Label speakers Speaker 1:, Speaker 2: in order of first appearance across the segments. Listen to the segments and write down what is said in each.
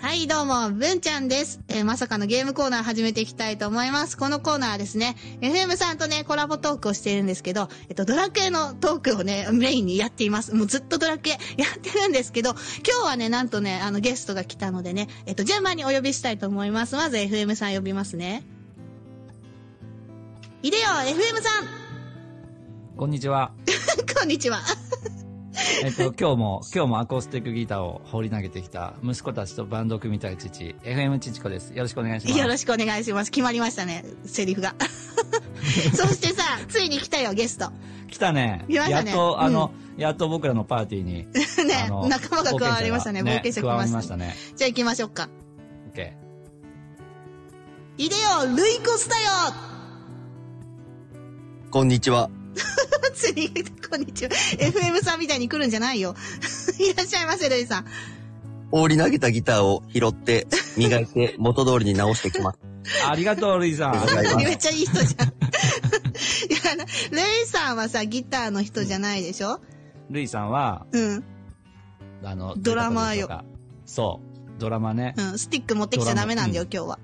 Speaker 1: はい、どうも、文ちゃんです。えーまさかのゲームコーナー始めていきたいと思います。このコーナーはですね、FM さんとね、コラボトークをしているんですけど、えっと、ドラクエのトークをね、メインにやっています。もうずっとドラクエや ってるんですけど、今日はね、なんとね、あの、ゲストが来たのでね、えっと、順番にお呼びしたいと思います。まず FM さん呼びますね。いでよ、FM さん
Speaker 2: こんにちは。
Speaker 1: こんにちは。
Speaker 2: えっと、 今日も、今日もアコースティックギターを放り投げてきた息子たちとバンドを組みたい父、FM ちちこです。よろしくお願いします。
Speaker 1: よろ
Speaker 2: し
Speaker 1: しくお願いします。決まりましたね、セリフが。 そしてさ、ついに来たよ、ゲスト。
Speaker 2: く。来たね。
Speaker 1: 来ましたね
Speaker 2: やっと、あの、やっと僕らのパーティーに、
Speaker 1: ね
Speaker 2: あ、の
Speaker 1: 仲間が加わりましたね。冒険者来
Speaker 2: 加わ
Speaker 1: ま
Speaker 2: り
Speaker 1: し
Speaker 2: ま
Speaker 1: た
Speaker 2: し
Speaker 1: ね。
Speaker 2: たね。
Speaker 1: じゃあ行きましょうか。
Speaker 2: オッケ
Speaker 1: いでよ、ルイコスだよ
Speaker 3: こんにちは。
Speaker 1: ついに、こんにちは。FM さんみたいに来るんじゃないよ。 いらっしゃいませ、ルイさん。
Speaker 3: 放り投げたギターを拾って、磨いて、元通りに直してきます。
Speaker 2: ー。ありがとう、ルイさん。
Speaker 3: ありがとうございます
Speaker 1: めっちゃいい人じゃん。い や、あのルイさんはさ、ギターの人じゃないでしょ
Speaker 2: ルイさんは、
Speaker 1: うん。
Speaker 2: あの、
Speaker 1: ドラマーよ
Speaker 2: どういう方でしょうか。そう。ドラマね
Speaker 1: う。ん。スティック持ってきちゃダメなんだよ、今日は。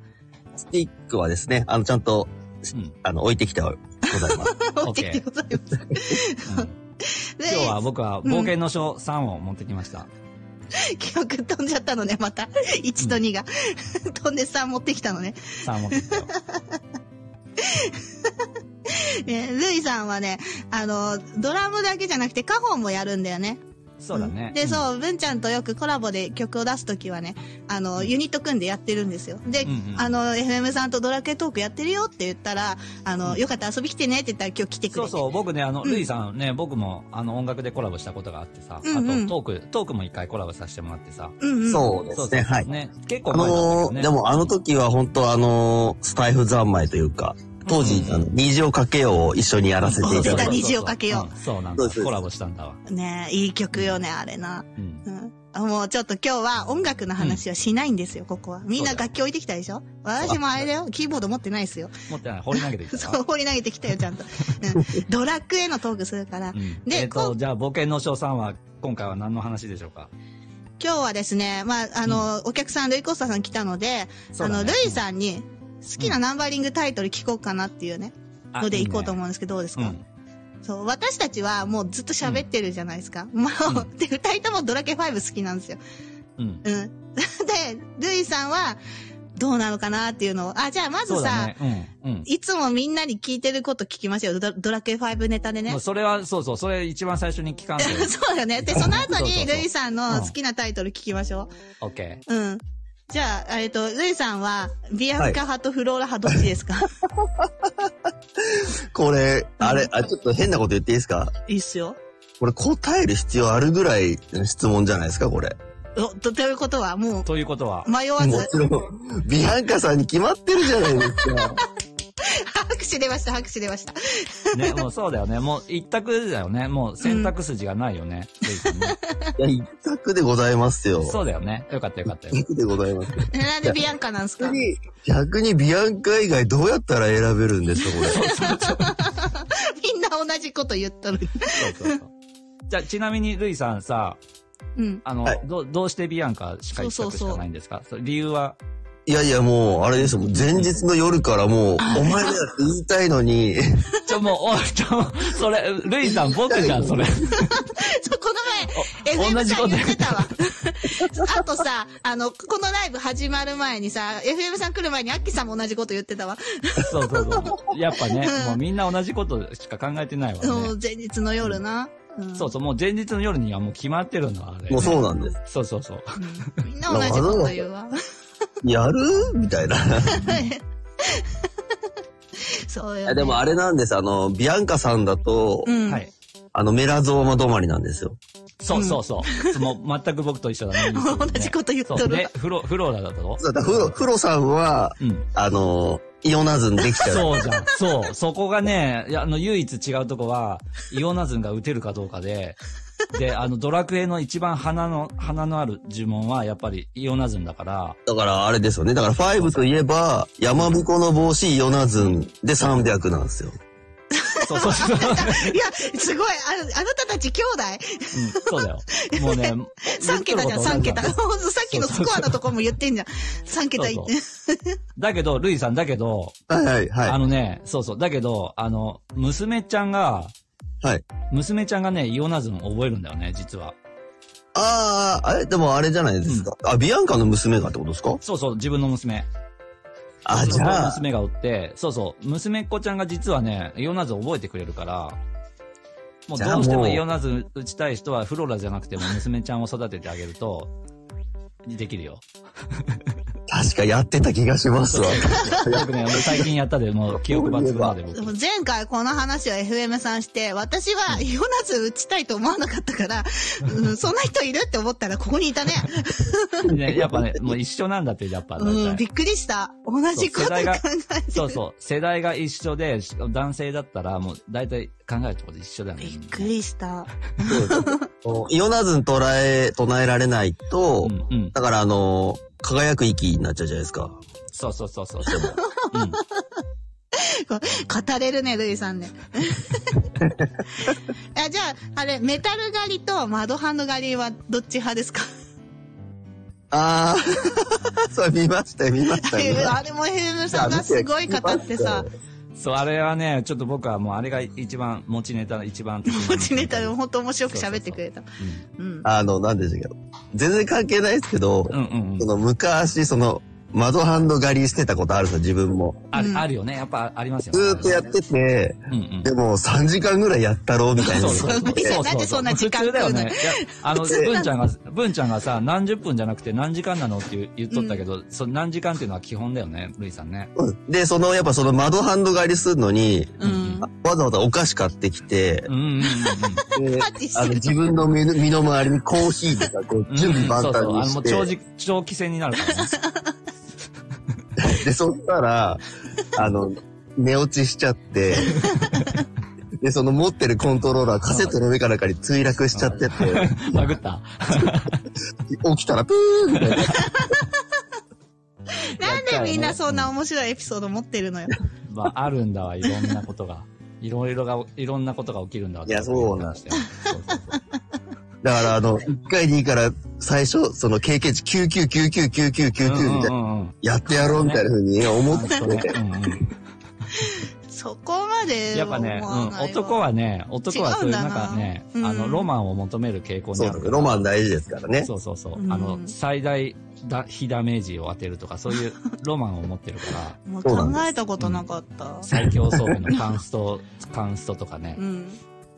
Speaker 3: スティックはですね、あの、ちゃんと、
Speaker 2: うん。
Speaker 3: あの、置いてきてはございます。
Speaker 1: 持ってきてございます。
Speaker 2: うん
Speaker 1: ルイ
Speaker 2: 今日は僕は冒険の書3を持ってきました。
Speaker 1: 記憶飛んじゃったのね、また。1と2が。飛ん で3持ってきたのね。
Speaker 2: 3持ってき たよ。
Speaker 1: ね、ルイさんはね、あの、ドラムだけじゃなくて、カホンもやるんだよね。
Speaker 2: そうだね
Speaker 1: ん。で、
Speaker 2: う
Speaker 1: そう、文ちゃんとよくコラボで曲を出すときはね、あの、ユニット組んでやってるんですよ。で、
Speaker 2: うんうん
Speaker 1: あの、FM さんとドラクエトークやってるよって言ったら、あの、よかったら遊び来てねって言ったら今日来てくれて。
Speaker 2: そうそう、僕ね、あの、
Speaker 1: うん
Speaker 2: ルイさんね、僕も、あの、音楽でコラボしたことがあってさ、
Speaker 1: うんうん
Speaker 2: あと、トーク、トークも一回コラボさせてもらってさ。
Speaker 1: うんうん。
Speaker 3: そうですね、はい。
Speaker 2: ね、結構
Speaker 3: あ
Speaker 2: 前だったけ
Speaker 3: の
Speaker 2: ど
Speaker 3: ー
Speaker 2: ね。
Speaker 3: でもあの時は本当あのースタイフ三昧というか、当時、
Speaker 2: うん
Speaker 3: あの、虹をかけようを一緒にやらせていただい
Speaker 1: そう
Speaker 3: て、
Speaker 1: 虹をかけよう
Speaker 2: うんそうなん
Speaker 3: そ
Speaker 2: だ、
Speaker 3: うですそうです
Speaker 2: コラボしたんだわ。
Speaker 1: ねいい曲よね、あれな。
Speaker 2: うん。
Speaker 1: うん。あもうちょっと今日は音楽の話はしないんですよ、ここは。みんな楽器置いてきたでしょ私もあれだよ、キーボード持ってないですよ。
Speaker 2: 持ってない、放り投げてきた
Speaker 1: そう、
Speaker 2: わ。
Speaker 1: 放り投げてきたよ、ちゃんと。 うん、ドラクエのトークするから
Speaker 2: う。ん。
Speaker 1: で
Speaker 2: えっ、
Speaker 1: こと
Speaker 2: じゃあ、冒険の賞さんは、今回は何の話でしょうか
Speaker 1: 今日はですね、まあ、あの、お客さん、ルイコスタさん来たので、
Speaker 2: そ
Speaker 1: あ
Speaker 2: うだ
Speaker 1: の、
Speaker 2: ね
Speaker 1: ルイさんに、好きなナンバリングタイトル聞こうかなっていうね、
Speaker 2: あ
Speaker 1: ので行こうと思
Speaker 2: い
Speaker 1: うんですけど、どうです
Speaker 2: いね
Speaker 1: か、そう、私たちはもうずっと喋ってるじゃないですか。も
Speaker 2: う
Speaker 1: う、で、二人ともドラケ5好きなんですよ。
Speaker 2: うん。うん。
Speaker 1: うん。 で、ルイさんは、どうなのかなっていうのを、あ、じゃあまず
Speaker 2: そう
Speaker 1: さ、
Speaker 2: だね。うん。うん。
Speaker 1: いつもみんなに聞いてること聞きましょうよ。ドドラケ5ネタでね
Speaker 2: もう。それは、そうそう、それ一番最初に聞かんと。
Speaker 1: そうだよね。で、その後
Speaker 2: そうそうそ
Speaker 1: に、
Speaker 2: う
Speaker 1: ルイさん
Speaker 2: う
Speaker 1: の
Speaker 2: ん
Speaker 1: 好きなタイトル聞きましょ
Speaker 2: オッケ
Speaker 1: う。うん。じゃあ、えっと、ルイさんは、ビアンカ派とフローラ派どっち ですか、
Speaker 3: これ、あれ、あ、ちょっと変なこと言っていいですか
Speaker 1: い、いっすよ。
Speaker 3: これ答える必要あるぐらいの質問じゃないですか、これ。
Speaker 1: お、と、ということは、もう
Speaker 2: ー。、ということは、
Speaker 1: 迷わ
Speaker 3: も
Speaker 1: ず
Speaker 3: ち、ろん、ビアンカさんに決まってるじゃないですか。
Speaker 1: 拍手出ました、拍手出ました。
Speaker 2: ね、もうそうだよね。もう一択だよね。もう選択筋がないよね。ルイさんね
Speaker 3: いや、一択でございますよ。
Speaker 2: そうだよね。よかったよかったよ。
Speaker 3: 一択でございます。
Speaker 1: えなんでビアンカなんですか
Speaker 3: 逆に、逆にビアンカ以外どうやったら選べるんですか、これ。
Speaker 1: みんな同じこと言っと る。
Speaker 2: そうそうそう。じゃあ、ちなみに、ルイさんさ、
Speaker 1: うん。
Speaker 2: あの、
Speaker 3: はい
Speaker 2: どうどうしてビアンカしか一
Speaker 1: そう
Speaker 2: 択
Speaker 1: そうそ
Speaker 2: し
Speaker 1: う
Speaker 2: かないんですかそれ理由は、
Speaker 3: いやいや、もう、あれですもん。前日の夜からもう、お前だって言いたいのに、
Speaker 2: ちょ、もう、お、ちょ、それ、ルイさん、僕じゃん、それ。
Speaker 1: そう、この
Speaker 2: お
Speaker 1: 前、
Speaker 2: 同
Speaker 1: FM
Speaker 2: じ
Speaker 1: さ
Speaker 2: こ
Speaker 1: ん
Speaker 2: と
Speaker 1: 言ってたわ。 あとさ、あの、このライブ始まる前にさ、FM さん来る前にアッキーさんも同じこと言ってたわ。
Speaker 2: そうそうそう。やっぱね
Speaker 1: うん、
Speaker 2: もうみんな同じことしか考えてないわ
Speaker 1: そう
Speaker 2: ね。
Speaker 1: 前日の夜な。うん
Speaker 2: そうそう、もう前日の夜にはもう決まってるの、あれ。
Speaker 3: もうそうなんです。
Speaker 2: そうそうそう。
Speaker 1: うんみんな同じこと言うわ。
Speaker 3: やるみたいな。
Speaker 1: そう
Speaker 3: い
Speaker 1: よ、
Speaker 3: や
Speaker 1: ね。
Speaker 3: でもあれなんです。あの、ビアンカさんだと、
Speaker 1: うん。
Speaker 2: はい。
Speaker 3: あの、メラゾーマ止まりなんですよ。
Speaker 2: そうそうそう。もう、全く僕と一緒だ ね。
Speaker 1: 同じこと言っと
Speaker 2: そう。
Speaker 1: るわ
Speaker 2: で、。フロ、フローラだと
Speaker 3: だから、フロ、フロさんは、
Speaker 2: うん。
Speaker 3: あの、イオナズンできちゃう。
Speaker 2: そうじゃん。そう。そこがね、いや、あの、唯一違うとこは、イオナズンが打てるかどうかで、で、あの、ドラクエの一番花の、花のある呪文は、やっぱりイオナズンだから、
Speaker 3: だから、あれですよね。だから、5といえば、山彦の帽子イオナズンで300なんですよ。
Speaker 2: そうそうそう。
Speaker 1: いや、すごい。あのあなたたち兄弟
Speaker 2: うん、そうだよ。もうね、
Speaker 1: ?3 桁じゃん、3桁。ほんとさっきのスコアのとこも言ってんじゃん。3桁いって。
Speaker 2: だけど、ルイさん、だけど、
Speaker 3: はいはいは
Speaker 2: あのね、そうそう、だけど、あの、娘ちゃんが、
Speaker 3: い。はい。
Speaker 2: 娘ちゃんがね、イオナズム覚えるんだよね、実は。
Speaker 3: ああ、あれ、でもあれじゃないですか。あ、ビアンカの娘がってことですか
Speaker 2: そうそう、自分の娘。
Speaker 3: あ、
Speaker 2: 自
Speaker 3: じ
Speaker 2: 分の
Speaker 3: ゃあ、
Speaker 2: 娘がおって、そうそう、娘っ子ちゃんが実はね、イオナズム覚えてくれるから、もう
Speaker 3: じゃあ
Speaker 2: どうしても
Speaker 3: もう
Speaker 2: イオナズム打ちたい人はフローラじゃなくても娘ちゃんを育ててあげると、できるよ。
Speaker 3: 確かやってた気がしますわ。
Speaker 2: 僕ね、もう最近やったで、もう記憶抜群なんで僕。
Speaker 1: でも前回この話を FM さんして、私はイオナズ打ちたいと思わなかったから、うん、そんな人いるって思ったらここにいたね。
Speaker 2: ね、やっぱね、もう一緒なんだって、やっぱ大体。
Speaker 1: うん、びっくりした。同じこと
Speaker 2: そう
Speaker 1: 考え
Speaker 2: 世代
Speaker 1: て
Speaker 2: が
Speaker 1: る
Speaker 2: そうそう。世代が一緒で、し男性だったら、もう大体考えるところで一緒だよね。
Speaker 1: びっくりした。
Speaker 3: イオナズン捉え、唱えられないと、
Speaker 2: うんうん。
Speaker 3: だからあの、輝く息になっちゃうじゃないですか。
Speaker 2: そうそうそうそう。そううん。
Speaker 1: 語れるね、ルイさん ね。あじゃあ、あれ、メタル狩りと窓ハンド狩りはどっち派ですか
Speaker 3: ああ、そう、見ましたよ、見ましたよ。見ました
Speaker 1: あれも FM さんがすごい語ってさ、
Speaker 2: そう、あれはね、ちょっと僕はもう、あれが一番、持ちネタの一番。
Speaker 1: 持ちネタでほんと面白く喋ってくれた。うん。
Speaker 3: あの、なんでしたっけ全然関係ないですけど、
Speaker 2: うん。うんうんう
Speaker 3: そ
Speaker 2: ん。
Speaker 3: の昔、その、窓ハンド狩りしてたことあるんですよ、自分も。
Speaker 1: う
Speaker 2: あ
Speaker 1: ん
Speaker 2: る、あるよね。やっぱありますよ
Speaker 3: ず
Speaker 2: ね。
Speaker 3: ーっとやってて、
Speaker 2: うんうん。
Speaker 3: でも3時間ぐらいやったろうみたいな。
Speaker 2: そうそうそう
Speaker 1: いや
Speaker 2: そう。
Speaker 1: なんでそんな時間
Speaker 2: 普通だよね。いやあの、
Speaker 3: 普通
Speaker 2: 文ちゃんが、文ちゃんがさ、何十分じゃなくて何時間なのって言う言っとったけど、その何時間っていうのは基本だよね、ルイさん ね。
Speaker 3: で、その、やっぱその窓ハンド狩りするのに、
Speaker 1: うん。
Speaker 3: わざわざお菓子買ってきて
Speaker 2: う、んうんうんうん。
Speaker 3: で
Speaker 1: パーティーし
Speaker 3: あ
Speaker 1: てる
Speaker 3: の自分の身の身の回りにコーヒーとかこ
Speaker 2: う
Speaker 3: うん準備万端に
Speaker 2: そうそう、あの、もう
Speaker 3: し
Speaker 2: 長
Speaker 3: て、
Speaker 2: 期、長期戦になるからね。
Speaker 3: で、そしたら、あの、寝落ちしちゃって、で、その持ってるコントローラーカセットの上からかに墜落しちゃってて、
Speaker 2: バグった。
Speaker 3: 起きたらプーみたいな。
Speaker 1: なんでみんなそんな面白いエピソード持ってるのよ。
Speaker 2: まあ、あるんだわ、いろんなことが。いろいろが、いろんなことが起きるんだわ。
Speaker 3: いやそうなん
Speaker 2: そうそうそう
Speaker 3: だから、あの、1回でいいから、最初、その経験値99999999みたいな、
Speaker 2: うんうんうん
Speaker 3: やってやろうみたいな風に思って
Speaker 2: そうねうんうん
Speaker 1: そこまで。
Speaker 2: やっぱね、うん、男はね、男はそういうなんかね、
Speaker 1: 違うんだな
Speaker 2: あの、
Speaker 1: うん
Speaker 2: ロマンを求める傾向
Speaker 3: そ
Speaker 2: に
Speaker 3: う
Speaker 2: あ
Speaker 3: なん
Speaker 2: る
Speaker 3: で
Speaker 2: から。
Speaker 3: すロマン大事ですからね。
Speaker 2: そうそうそう。
Speaker 1: うん
Speaker 2: あの、最大だ、非ダメージを当てるとか、そういうロマンを持ってるから、
Speaker 1: もう
Speaker 3: そう
Speaker 1: 考
Speaker 3: なんです
Speaker 1: えたことなかった。
Speaker 2: 最強装備のカンスト、 カンストとかね
Speaker 1: う、ん。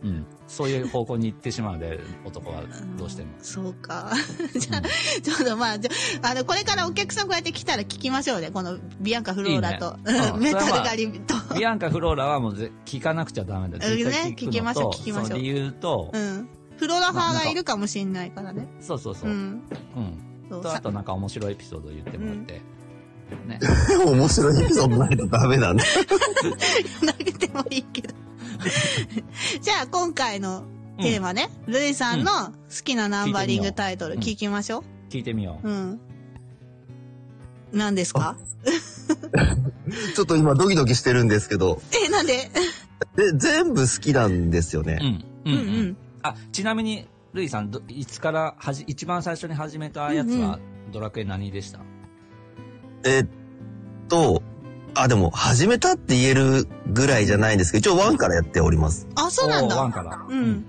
Speaker 2: うん。そういう方向に行ってしまうので、男はどうしても。
Speaker 1: そうか。じゃあ、 ちょっとまあ、じゃあ、あの、これからお客さんこうやって来たら聞きましょうね。この、ビアンカ・フローラと、
Speaker 2: いいねうん
Speaker 1: メタルガリと。
Speaker 2: うんビアンカ・フローラはもうぜ聞かなくちゃダメだ。
Speaker 1: うん
Speaker 2: 絶
Speaker 1: ね
Speaker 2: 対
Speaker 1: 聞き
Speaker 2: くの
Speaker 1: ましょう聞きましょう
Speaker 2: その理由と、
Speaker 1: うん。フローラ派がいるかもしれないからね。
Speaker 2: そうそうそうう。
Speaker 1: ん。
Speaker 2: うん。
Speaker 1: そう
Speaker 2: と、あ
Speaker 1: さ
Speaker 2: となんか面白いエピソードを言ってもらって。ね。
Speaker 3: 面白いエピソードないとダ メなんだ。
Speaker 1: 投げてもいいけど。じゃあ、今回のテーマね、ルイさんの好きなナンバリングタイトル
Speaker 2: 聞いてみ
Speaker 1: 聞き
Speaker 2: よう
Speaker 1: ましょ
Speaker 2: 聞いてみよ
Speaker 1: う。うん。何ですか
Speaker 3: ちょっと今ドキドキしてるんですけど、
Speaker 1: え、なんで
Speaker 3: で、全部好きなんですよね
Speaker 2: う。う。ん。う。
Speaker 1: うんん
Speaker 2: う。
Speaker 1: うんん。
Speaker 2: あ、ちなみに、ルイさん、どいつからはじ、一番最初に始めたやつは、ドラクエ何でした
Speaker 3: えっと、あ、でも、始めたって言えるぐらいじゃないんですけど、一応1からやっております。
Speaker 1: あ、そうなん
Speaker 2: おーワン
Speaker 1: だ。
Speaker 2: から。
Speaker 1: うん。。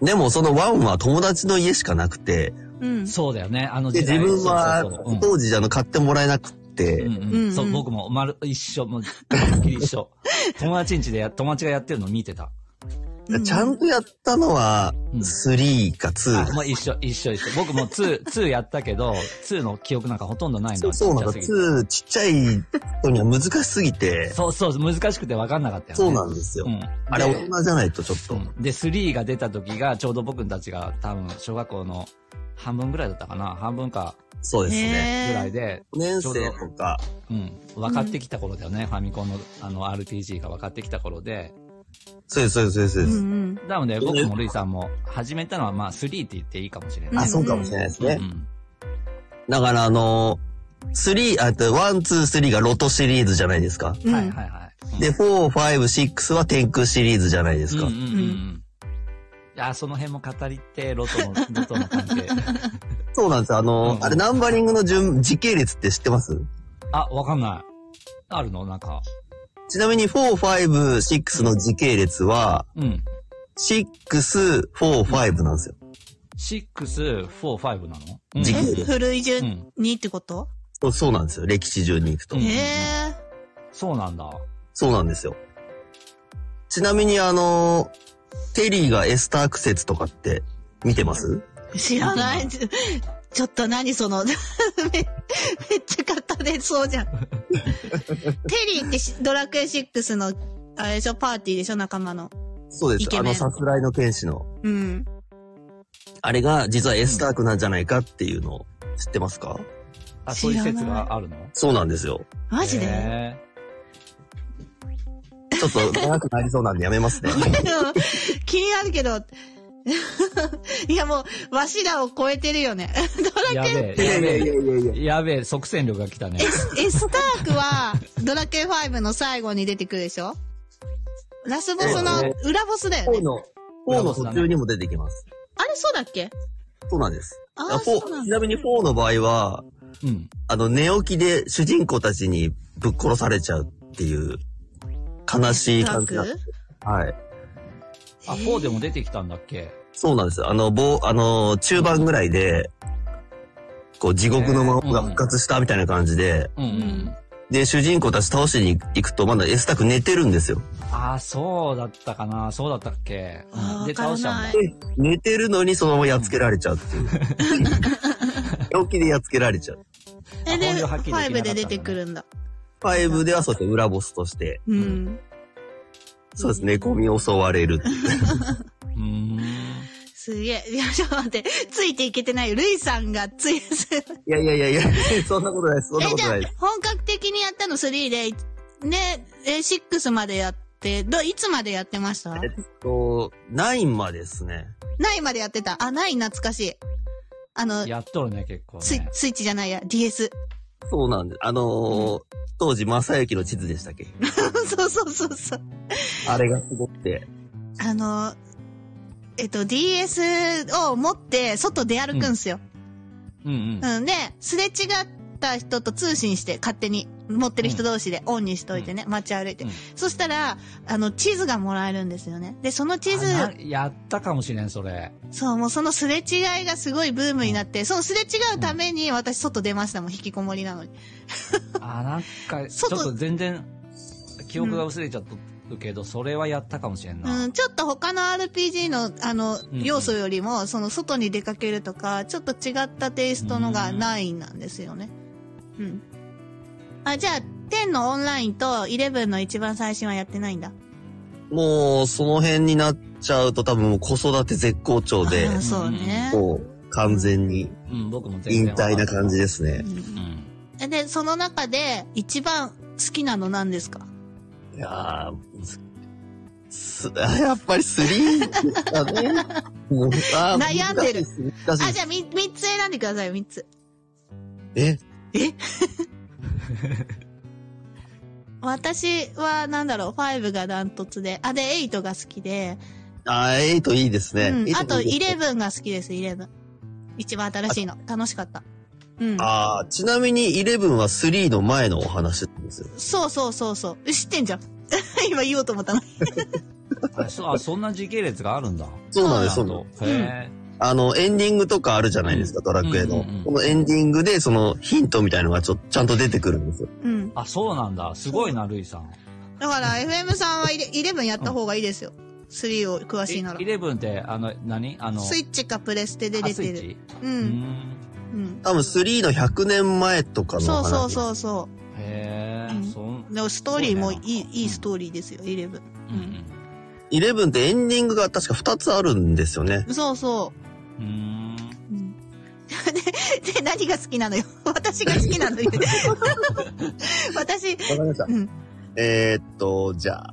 Speaker 3: でも、その1は友達の家しかなくて、
Speaker 1: うん。
Speaker 2: そうだよね。あの
Speaker 3: で、
Speaker 2: 時
Speaker 3: 自
Speaker 2: 代。
Speaker 3: 分は
Speaker 2: そうそうそううん、
Speaker 3: 当時、あの、買ってもらえなくて、
Speaker 2: うん
Speaker 1: うんう
Speaker 2: う、
Speaker 1: んん
Speaker 2: そう、僕も、まる、一緒、もう、てっきり一 緒。友達ん家でや、友達がやってるの見てた。
Speaker 1: う
Speaker 3: ちゃんとやったのは、
Speaker 2: うん
Speaker 3: 3か2。
Speaker 2: あもう一緒、一緒、一緒。僕も2、2やったけど、2の記憶なんかほとんどない
Speaker 3: そ
Speaker 2: の。
Speaker 3: うそうなんだ。
Speaker 2: ちっちゃすぎて
Speaker 3: 2、ちっちゃい人には難しすぎ て、
Speaker 2: そうそう、難しくて分かんなかったよね。
Speaker 3: そうなんですよ。
Speaker 2: うん。
Speaker 3: あれ、大人じゃないとちょっと。
Speaker 2: うんで、3が出た時が、ちょうど僕たちが多分、小学校の半分ぐらいだったかな。半分か、
Speaker 3: そうですね。
Speaker 2: ぐらい
Speaker 1: へー
Speaker 2: で、
Speaker 3: 5年生とか、
Speaker 2: うん。分かってきた頃だよね。ファミコンの、あの、RPG が分かってきた頃で。
Speaker 3: そうです、そうです、そう
Speaker 1: うんう
Speaker 3: です。
Speaker 1: ん。
Speaker 2: なので、僕もルイさんも、始めたのは、まあ、3って言っていいかもしれない。
Speaker 3: あ、そうかもしれないですね
Speaker 2: う。ん
Speaker 3: だから、あのー、3、あと、1、2、3がロトシリーズじゃないですか。
Speaker 2: はいはいはい。
Speaker 3: で、4、5、6は天空シリーズじゃないですか。
Speaker 2: うんうんうんうん。いや、その辺も語りって、ロトの、ロトの関係。
Speaker 3: そうなんですよ。あの、
Speaker 2: うん
Speaker 3: あれナンバリングの順、時系列って知ってます
Speaker 2: あ、わかんない。あるのなんか。
Speaker 3: ちなみに4、5、6の時系列は、
Speaker 2: うん。
Speaker 3: 6、4、5なんですよ。
Speaker 2: 6、4、5なのうん
Speaker 3: 時系
Speaker 1: え、
Speaker 3: 列。
Speaker 1: 古いう順
Speaker 2: ん。
Speaker 1: にってこと、
Speaker 3: そうそうなんですよ。歴史順に行くと。
Speaker 2: うん
Speaker 1: へえ。
Speaker 2: そうなんだ。
Speaker 3: そうなんですよ。ちなみにあの、テリーがエスターク説とかって見てます
Speaker 1: 知らな
Speaker 2: う
Speaker 1: い。
Speaker 2: ん
Speaker 1: ちょちょっと何その、め めっちゃ語れそうじゃん。テリーってしドラクエ6の、あれでしょ、パーティーでしょ、仲間の。
Speaker 3: そうで
Speaker 1: イ
Speaker 3: す。
Speaker 1: ケ
Speaker 3: あ
Speaker 1: メン
Speaker 3: の、さすらいの天使の。
Speaker 1: うん。
Speaker 3: あれが実はエスタークなんじゃないかっていうのを知ってますか
Speaker 2: あ、そういう説
Speaker 1: 知らない
Speaker 2: があるの
Speaker 3: そうなんですよ。
Speaker 1: マジで、
Speaker 2: へ
Speaker 3: ちょっと長くなりそうなんでやめますね。
Speaker 1: 気になるけど、 いやもう、わしらを超えてるよね。
Speaker 2: ーやべ
Speaker 3: い
Speaker 2: え、
Speaker 3: や
Speaker 2: や
Speaker 3: いや
Speaker 2: べ
Speaker 3: いやいやいや。
Speaker 2: え、やべえ、即戦力が来たね
Speaker 1: エ。ス、エスタークは、ドラクエ5の最後に出てくるでしょラスボスの裏ボスだよ
Speaker 3: 4
Speaker 1: ね。
Speaker 3: の、4の途中にも出てきます。
Speaker 1: あれそうだっけ
Speaker 3: そうなんです。
Speaker 1: あ
Speaker 3: あ
Speaker 1: あ、そうな
Speaker 3: 4
Speaker 1: ん
Speaker 3: ち
Speaker 1: だ。
Speaker 3: なみに4の場合は、
Speaker 2: うん。
Speaker 3: あの、寝起きで主人公たちにぶっ殺されちゃうっていう、悲しい感じだ
Speaker 1: エスターク
Speaker 3: はい。
Speaker 2: あ、4でも出てきたんだっけ
Speaker 3: そうなんですよ。あの、ぼあの、中盤ぐらいで、こう、地獄の魔王が復活したみたいな感じで、
Speaker 2: うんうんうん。
Speaker 3: で、主人公たち倒しに行くと、まだエスタク寝てるんですよ。
Speaker 2: あー、そうだったかな。そうだったっけ。うん
Speaker 1: あー
Speaker 2: で、
Speaker 1: わから
Speaker 2: 倒したん
Speaker 1: な
Speaker 2: だ
Speaker 1: い。。
Speaker 3: 寝てるのにそのままやっつけられちゃうっていう。病気でやっつけられちゃう。
Speaker 1: え、
Speaker 2: 本
Speaker 1: で、
Speaker 2: 領発揮できなかったんだね
Speaker 1: 5で出てくるんだ。
Speaker 3: 5ではそうですね裏ボスとして、
Speaker 1: うん。
Speaker 3: そうですね、ゴミ襲われるっていう。
Speaker 2: うーん。
Speaker 1: すげえ。いや、ちょっと待って。ついていけてないよ。ルイさんがつい、え、
Speaker 3: いやいやいやいや、 そんなことないです、そんなこ
Speaker 1: じゃ
Speaker 3: とな
Speaker 1: あ
Speaker 3: いです。、
Speaker 1: 本格的にやったの3で、ね、え、6までやって、ど、いつまでやってました
Speaker 3: えっと、9までですね。
Speaker 1: ないまでやってた。あ、ない懐かしい。あの、
Speaker 2: やっとるね、結構
Speaker 1: スイ
Speaker 2: ね。
Speaker 1: スイ ッチじゃないや、DS。
Speaker 3: そうなんです。あのー当時、正幸の地図でしたっけ
Speaker 1: そうそうそうそう。
Speaker 3: あれがすごくて。
Speaker 1: あの、えっと、DS を持って、外出歩くんすよ。
Speaker 2: うんうん。
Speaker 1: うん。で、すれ違った人と通信して、勝手に、持ってる人同士でオンにしといてね、街歩いて。
Speaker 2: うん
Speaker 1: そしたら、あの、地図がもらえるんですよね。で、その地図、
Speaker 2: あなやったかもしれん、それ。
Speaker 1: そう、もうそのすれ違いがすごいブームになって、そのすれ違うために私外出ましたもん、引きこもりなのに。
Speaker 2: あ、なんか、ちょ っ
Speaker 1: 外
Speaker 2: と全然、記憶が薄れちゃっとるけど、それはやったかもしれんな。
Speaker 1: うん、ちょっと他の RPG の、あの、
Speaker 2: んうん
Speaker 1: 要素よりも、その外に出かけるとか、ちょっと違ったテイストのが9なんですよね。うん。あ、じゃあ、10のオンラインと11の一番最新はやってないんだ。
Speaker 3: もう、その辺になっちゃうと多分もう子育て絶好調で
Speaker 1: あ、そうね。
Speaker 3: もう完全に
Speaker 2: うん、僕も全
Speaker 3: 引
Speaker 2: 然わかん
Speaker 3: 退な感じですね。
Speaker 1: うん
Speaker 2: うん。
Speaker 1: えで、その中で、一番好きなの何ですか
Speaker 3: いやー、す、すやっぱり3ですかね。もうあー
Speaker 1: 悩んでる
Speaker 3: 難しいです難しい
Speaker 1: あ、
Speaker 3: で
Speaker 1: じ
Speaker 3: す
Speaker 1: ゃあみ3つ選んでください、3つ。
Speaker 3: え
Speaker 1: 私は、なんだろう、5がダントツで、あ、で、8が好きで、
Speaker 3: あー、8いいですね。
Speaker 1: うん。
Speaker 3: 8
Speaker 1: あと、
Speaker 3: いいですね
Speaker 1: 11が好きです、11。一番新しいの。楽しかった。うん。
Speaker 3: あーちなみに11は3の前のお話なんですよ。
Speaker 1: そうそうそうそう。え知ってんじゃん。 今言おうと思ったの。
Speaker 2: あそあそんな時系列があるんだ。
Speaker 3: そうなんです、
Speaker 2: ちゃ
Speaker 3: そうんなんで
Speaker 2: と
Speaker 3: す。
Speaker 2: へ
Speaker 3: あの、エンディングとかあるじゃないですか、ドラクエ
Speaker 2: う
Speaker 3: の
Speaker 2: んうんうん。
Speaker 3: このエンディングで、そのヒントみたいのがちょ、ちゃんと出てくるんですよ。
Speaker 1: うん。
Speaker 2: ーあ、そうなんだ。すごいな、ルイさん。
Speaker 1: だから、FM さんはイレ11やった方がいいですよ。3を詳しいなら
Speaker 2: イ。レブンって、あの、何あの、
Speaker 1: スイッチかプレステで
Speaker 2: あ
Speaker 1: 出
Speaker 2: ス
Speaker 1: て
Speaker 2: イッ
Speaker 1: る。
Speaker 2: チ
Speaker 1: う。
Speaker 2: うんん。
Speaker 1: うん。
Speaker 3: 多分3の100年前とかの
Speaker 1: そう
Speaker 3: 話。
Speaker 1: そうそうそ
Speaker 2: へ
Speaker 1: う
Speaker 2: え
Speaker 1: ん、
Speaker 2: そう。うん
Speaker 1: う。でも、ストーリーもい
Speaker 2: そうだ
Speaker 1: い
Speaker 2: よ、ない
Speaker 1: いストーリーですよ、11。
Speaker 2: うん。
Speaker 3: 11ってエンディングが確か2つあるんですよね。
Speaker 1: そうそう
Speaker 2: ーん。
Speaker 1: う。うん。 で、で、何が好きなのよ。 私が好きなのよ。 私、
Speaker 3: わかりました。
Speaker 1: うん
Speaker 3: えー、っと、じゃあ、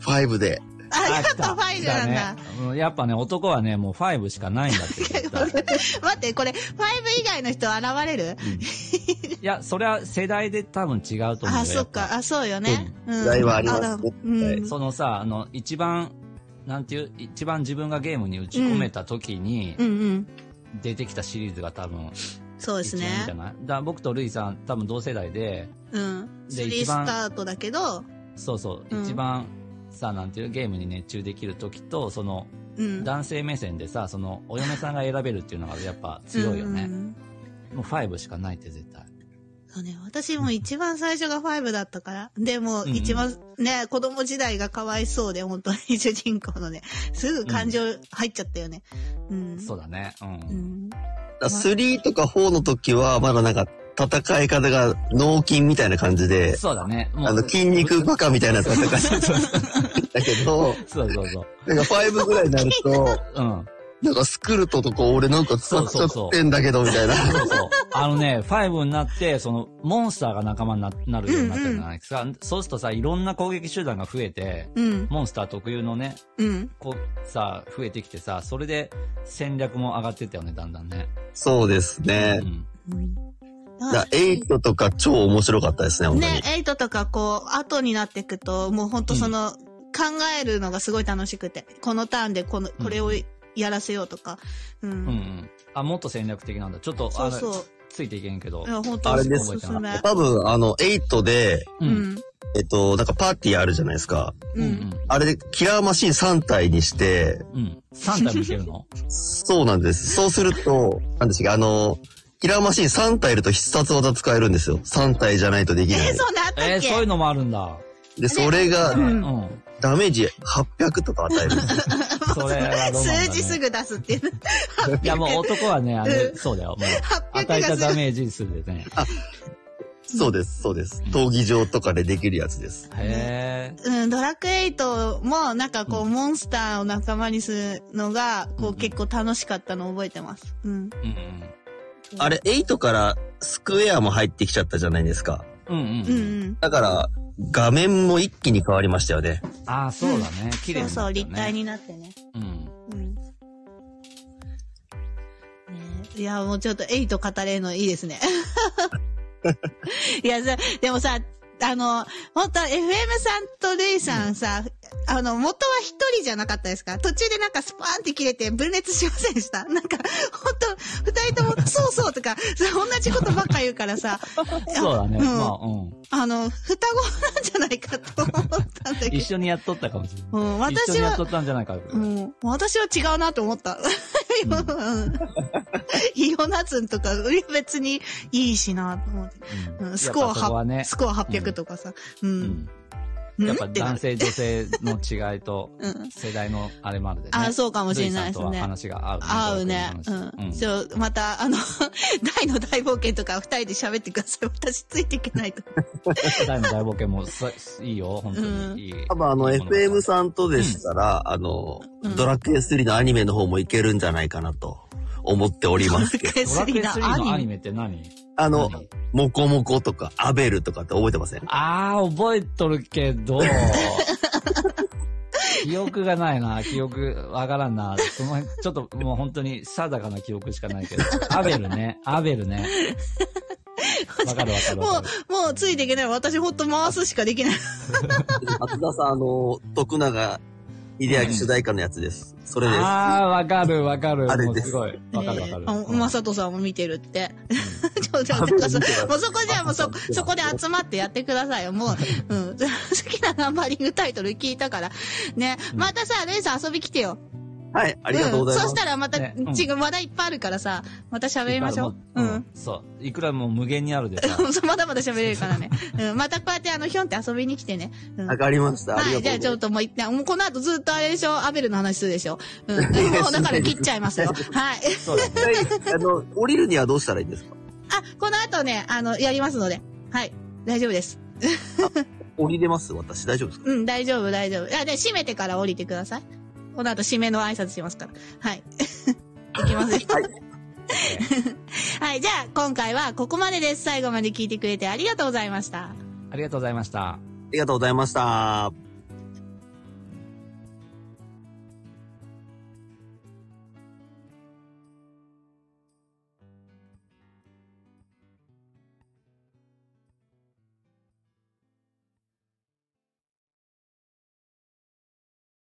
Speaker 3: 5で。
Speaker 1: あ、やっぱファイル
Speaker 2: 来
Speaker 1: な
Speaker 2: た
Speaker 1: んだ
Speaker 2: ね。うんやっぱね、男はね、もう5しかないんだって絶対。
Speaker 1: 待って、これ、5以外の人現れる
Speaker 2: うんいや、それは世代で多分違うと思う
Speaker 1: あ、
Speaker 2: んだよ
Speaker 1: そっか。あ、そうよね。うん。
Speaker 3: 世代はありますね
Speaker 1: だうん。
Speaker 2: そのさ、あの、一番、なんていう、一番自分がゲームに打ち込めた時に
Speaker 1: うんうん。
Speaker 2: 出てきたシリーズが多分、
Speaker 1: そうです
Speaker 2: 一年じゃ
Speaker 1: ね。
Speaker 2: ない、だから僕とルイさん多分同世代で、
Speaker 1: うん。
Speaker 2: で
Speaker 1: スリー
Speaker 2: 一
Speaker 1: ス
Speaker 2: 番
Speaker 1: タートだけど、
Speaker 2: そうそう、
Speaker 1: うん
Speaker 2: 一番さ、なんていう、ゲームに熱中できる時と、その、
Speaker 1: うん。
Speaker 2: 男性目線でさ、その、お嫁さんが選べるっていうのがやっぱ強いよ
Speaker 1: う
Speaker 2: ね。
Speaker 1: ん
Speaker 2: もう5しかないって絶対。
Speaker 1: そうね。私も一番最初が5だったから。でも、
Speaker 2: うんうん
Speaker 1: 一番、ね、子供時代がかわいそうで、本当に 主人公のね、すぐ感情入っちゃったよね。うん。
Speaker 2: そうだね。うん。
Speaker 1: うん。
Speaker 3: だから3とか4の時は、まだなんか、戦い方が脳筋みたいな感じで、
Speaker 2: そうだね。も
Speaker 3: あの、筋肉バカみたいな戦い方 だけど、
Speaker 2: そうそうそう。
Speaker 3: なんか5ぐらいになる と、
Speaker 2: うん。
Speaker 3: なんかスクルトとか俺なんか使っちゃってんだけど、みたいな。
Speaker 2: そうそう。あのね、5になって、その、モンスターが仲間にななるようになったじゃないですか。そうするとさ、いろんな攻撃手段が増えて、
Speaker 1: うん。
Speaker 2: モンスター特有のね、
Speaker 1: うん。
Speaker 2: こう、さ、増えてきてさ、それで戦略も上がってったよね、だんだんね。
Speaker 3: そうですね
Speaker 2: う。ん。
Speaker 1: うん
Speaker 3: だから8とか超面白かったですね、本当に。
Speaker 1: ね、エイトとかこう、後になっていくと、もうほんとその、考えるのがすごい楽しくて、このターンでこの、これをやらせようとか。うん。
Speaker 2: うんうん。あ、もっと戦略的なんだ。ちょっと、
Speaker 1: そう
Speaker 2: あの
Speaker 1: そ
Speaker 2: ついていけんけど
Speaker 1: う。い。や、本
Speaker 3: あ
Speaker 1: 当
Speaker 3: れ
Speaker 1: に
Speaker 3: で
Speaker 1: お
Speaker 2: す
Speaker 1: すすめ。
Speaker 3: 多分、あの、8で、
Speaker 1: う。
Speaker 2: うん。
Speaker 1: うんん。
Speaker 3: えっと、なんかパーティーあるじゃないですか。
Speaker 2: う
Speaker 1: うんん。
Speaker 3: あれで、キラーマシーン3体にして、
Speaker 2: うん。うん。3体もいけ るの
Speaker 3: そうなんです。そうすると、なんですか、あの、キラーマシーン3体いると必殺技使えるんですよ。3体じゃないとでき
Speaker 1: え
Speaker 3: な
Speaker 1: ー、
Speaker 3: い。
Speaker 1: そうなった
Speaker 2: え
Speaker 1: っ
Speaker 2: ー、
Speaker 1: け
Speaker 2: そういうのもあるんだ。
Speaker 3: で、それが
Speaker 2: う、
Speaker 1: ん
Speaker 2: ん。 うん。
Speaker 3: ダメージ800とか与えるんですよ。
Speaker 2: それはロマンだね
Speaker 1: 数字すぐ出すっていう。
Speaker 2: いや、もう男はね、あの、
Speaker 1: うん
Speaker 2: そう だよ。もう、
Speaker 1: 800
Speaker 2: 与
Speaker 1: が
Speaker 2: えたダ
Speaker 1: 数字。
Speaker 2: メージするでね。
Speaker 3: そうです、そうです。闘技場とかでできるやつです。
Speaker 2: へえ。
Speaker 1: うん、ドラクエイトも、なんかこう、
Speaker 2: う
Speaker 1: モンスターを仲間にするのが、こ
Speaker 2: う
Speaker 1: う、
Speaker 2: ん
Speaker 1: 結構楽しかったのを覚えてます。うん。
Speaker 2: うん
Speaker 3: あれ、8からスクエアも入ってきちゃったじゃないですか。
Speaker 2: うん。うん
Speaker 1: うんう
Speaker 2: うん。
Speaker 1: ん。
Speaker 3: だから、画面も一気に変わりましたよね。
Speaker 2: ああ、そうだね。綺麗
Speaker 1: そう
Speaker 2: になっ
Speaker 1: そう、立
Speaker 2: たね
Speaker 1: 体。になってね。
Speaker 2: うん。
Speaker 1: うん。ねえいや、もうちょっとエイト語れるのいいですね。 いや、さでもさ、あの、本当 FM さんとルイさんさ、あの、元は一人じゃなかったですか途中でなんかスパーンって切れて分裂しませんでしたなんか、本当二人とも、そうそうとか、そう同じことばっか言うからさ、
Speaker 2: そうだね。
Speaker 1: うん
Speaker 2: まあ、うん。
Speaker 1: あの、双子なんじゃないかと思ったんだけど
Speaker 2: 一。緒にやっとったかもしれ
Speaker 1: う
Speaker 2: ない。
Speaker 1: ん、
Speaker 2: 一緒
Speaker 1: 私
Speaker 2: にやっ
Speaker 1: は
Speaker 2: と、ったんじゃないか。
Speaker 1: うん。私は違うなと思った。 うん。イオナズンとか、別にいいしなと思って。うんスコア
Speaker 2: やっぱそこはね
Speaker 1: 8、スコア800とかさ。う。
Speaker 2: うんん。
Speaker 1: うん
Speaker 2: やっぱ
Speaker 1: ってな
Speaker 2: 男
Speaker 1: る
Speaker 2: 性女性の違いと
Speaker 1: うん。
Speaker 2: 世代のあれもあるでね。
Speaker 1: あ、そうか
Speaker 2: う
Speaker 1: もしれないです
Speaker 2: とは
Speaker 1: ね。
Speaker 2: 話が合うね。
Speaker 1: 合うね。う
Speaker 2: これこれ
Speaker 1: ん。
Speaker 2: の話
Speaker 1: ちょ、また、あの、 大の大冒険とか二人で喋ってください。私ついていけないと。
Speaker 2: 世代の大冒険もさいいよ、本当
Speaker 1: うん
Speaker 2: に。いい
Speaker 3: 多分あの、
Speaker 2: いいものが
Speaker 3: FM さんとでしたら、あの
Speaker 1: うん、
Speaker 3: ドラクエ3のアニメの方もいけるんじゃないかなと思ってお りますけど。
Speaker 1: ド
Speaker 2: ドラクエ3のアニ
Speaker 1: メ。
Speaker 2: メって何
Speaker 3: あの、
Speaker 2: 何
Speaker 3: モコモコとか、アベルとかって覚えてません
Speaker 2: あー、覚えとるけど、 記憶がないな、記憶わからんな。その辺、ちょっともう本当に定かな記憶しかないけど。アベルね、アベルね。わかるわか る
Speaker 1: も
Speaker 2: わか
Speaker 1: う
Speaker 2: る。、
Speaker 1: もうついていけない。私ほんと回すしかできない。
Speaker 3: 松田さん、あの、徳永秀明主題歌のやつです。それです。
Speaker 2: あー、わかるわかる。
Speaker 3: あれ
Speaker 2: もう
Speaker 3: です
Speaker 2: すごい。わかるわかる。
Speaker 1: あ、まさとさんも見てるって。
Speaker 2: う
Speaker 1: ちょっと待ってください。
Speaker 3: あ
Speaker 1: もうそこじゃあもうそ
Speaker 3: あ、
Speaker 1: そこで集まってやってくださいよ。 もう、うん。好きなナンバリングタイトル聞いたから。ね。
Speaker 2: うん
Speaker 1: またさ、レイさん遊び来てよ。
Speaker 3: はい、ありがとうございます。
Speaker 1: ん、そしたらまた、
Speaker 2: ねうん
Speaker 1: 違う話題いっぱいあるからさ、また喋りましょう。うんん。
Speaker 2: そう。いくらもう無限にあるでさ。
Speaker 1: まだまだ喋れるから ね。うん。またこうやってあの、ひょんって遊びに来てね。うん。
Speaker 3: わかりました。あり
Speaker 1: は
Speaker 3: がとうご
Speaker 1: い。じゃあち
Speaker 3: ざいます。
Speaker 1: ょっともう一旦、もうこの後ずっとあれでしょ、アベルの話するでしょ。うん。 もうだから切っちゃいますよ。はい。
Speaker 2: そうだね。
Speaker 3: はいあの、降りるにはどうしたらいいですか
Speaker 1: あ、この後ね、あの、やりますので。はい。大丈夫です。
Speaker 3: 降りれます私、大丈夫ですか
Speaker 1: うん、大丈夫、大丈夫。あ、で、閉めてから降りてください。この後、締めの挨拶しますから。はい。 いきますよ。
Speaker 3: はい
Speaker 1: はい、じゃあ、今回はここまでです。最後まで聞いてくれてありがとうございました。
Speaker 2: ありがとうございました。
Speaker 3: ありがとうございました。